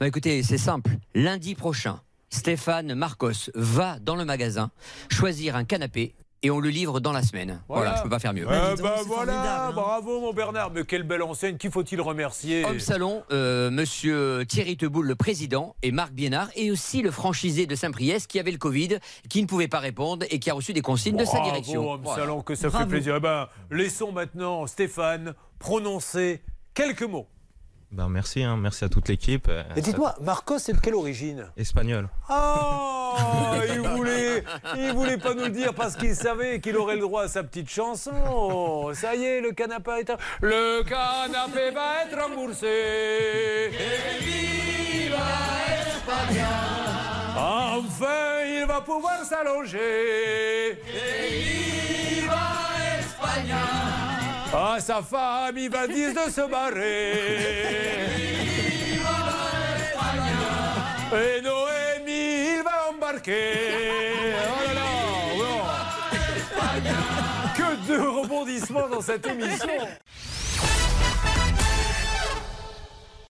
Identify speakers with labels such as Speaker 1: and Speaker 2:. Speaker 1: Bah, écoutez, c'est simple. Lundi prochain, Stéphane Marcos va dans le magasin choisir un canapé et on le livre dans la semaine. Voilà,
Speaker 2: Voilà.
Speaker 1: je peux pas faire mieux.
Speaker 2: Eh
Speaker 3: dis donc,
Speaker 2: ben
Speaker 3: c'est
Speaker 2: voilà,
Speaker 3: formidable, hein.
Speaker 2: bravo mon Bernard. Mais quelle belle enseigne, qui faut-il remercier
Speaker 1: Homme Salon, euh, monsieur Thierry Teboul, le président, et Marc Biénard, et aussi le franchisé de Saint-Priest qui avait le Covid, qui ne pouvait pas répondre et qui a reçu des consignes de sa
Speaker 2: Bravo,
Speaker 1: direction.
Speaker 2: Homme
Speaker 1: Voilà.
Speaker 2: Salon, que ça fait
Speaker 3: Bravo.
Speaker 2: plaisir. Eh ben, laissons maintenant Stéphane prononcer quelques mots.
Speaker 4: Ben, merci, hein, merci à toute l'équipe. euh,
Speaker 2: Et dites-moi, Marcos, c'est de quelle origine
Speaker 4: Espagnol.
Speaker 2: Oh il voulait, il voulait pas nous le dire parce qu'il savait qu'il aurait le droit à sa petite chanson. Ça y est, le canapé est... Le canapé va être remboursé. Enfin, il va pouvoir s'allonger. Ah, sa femme, il va dire de se barrer. Et Noémie, il va embarquer. Oh là là, oh là. Que de rebondissements dans cette émission.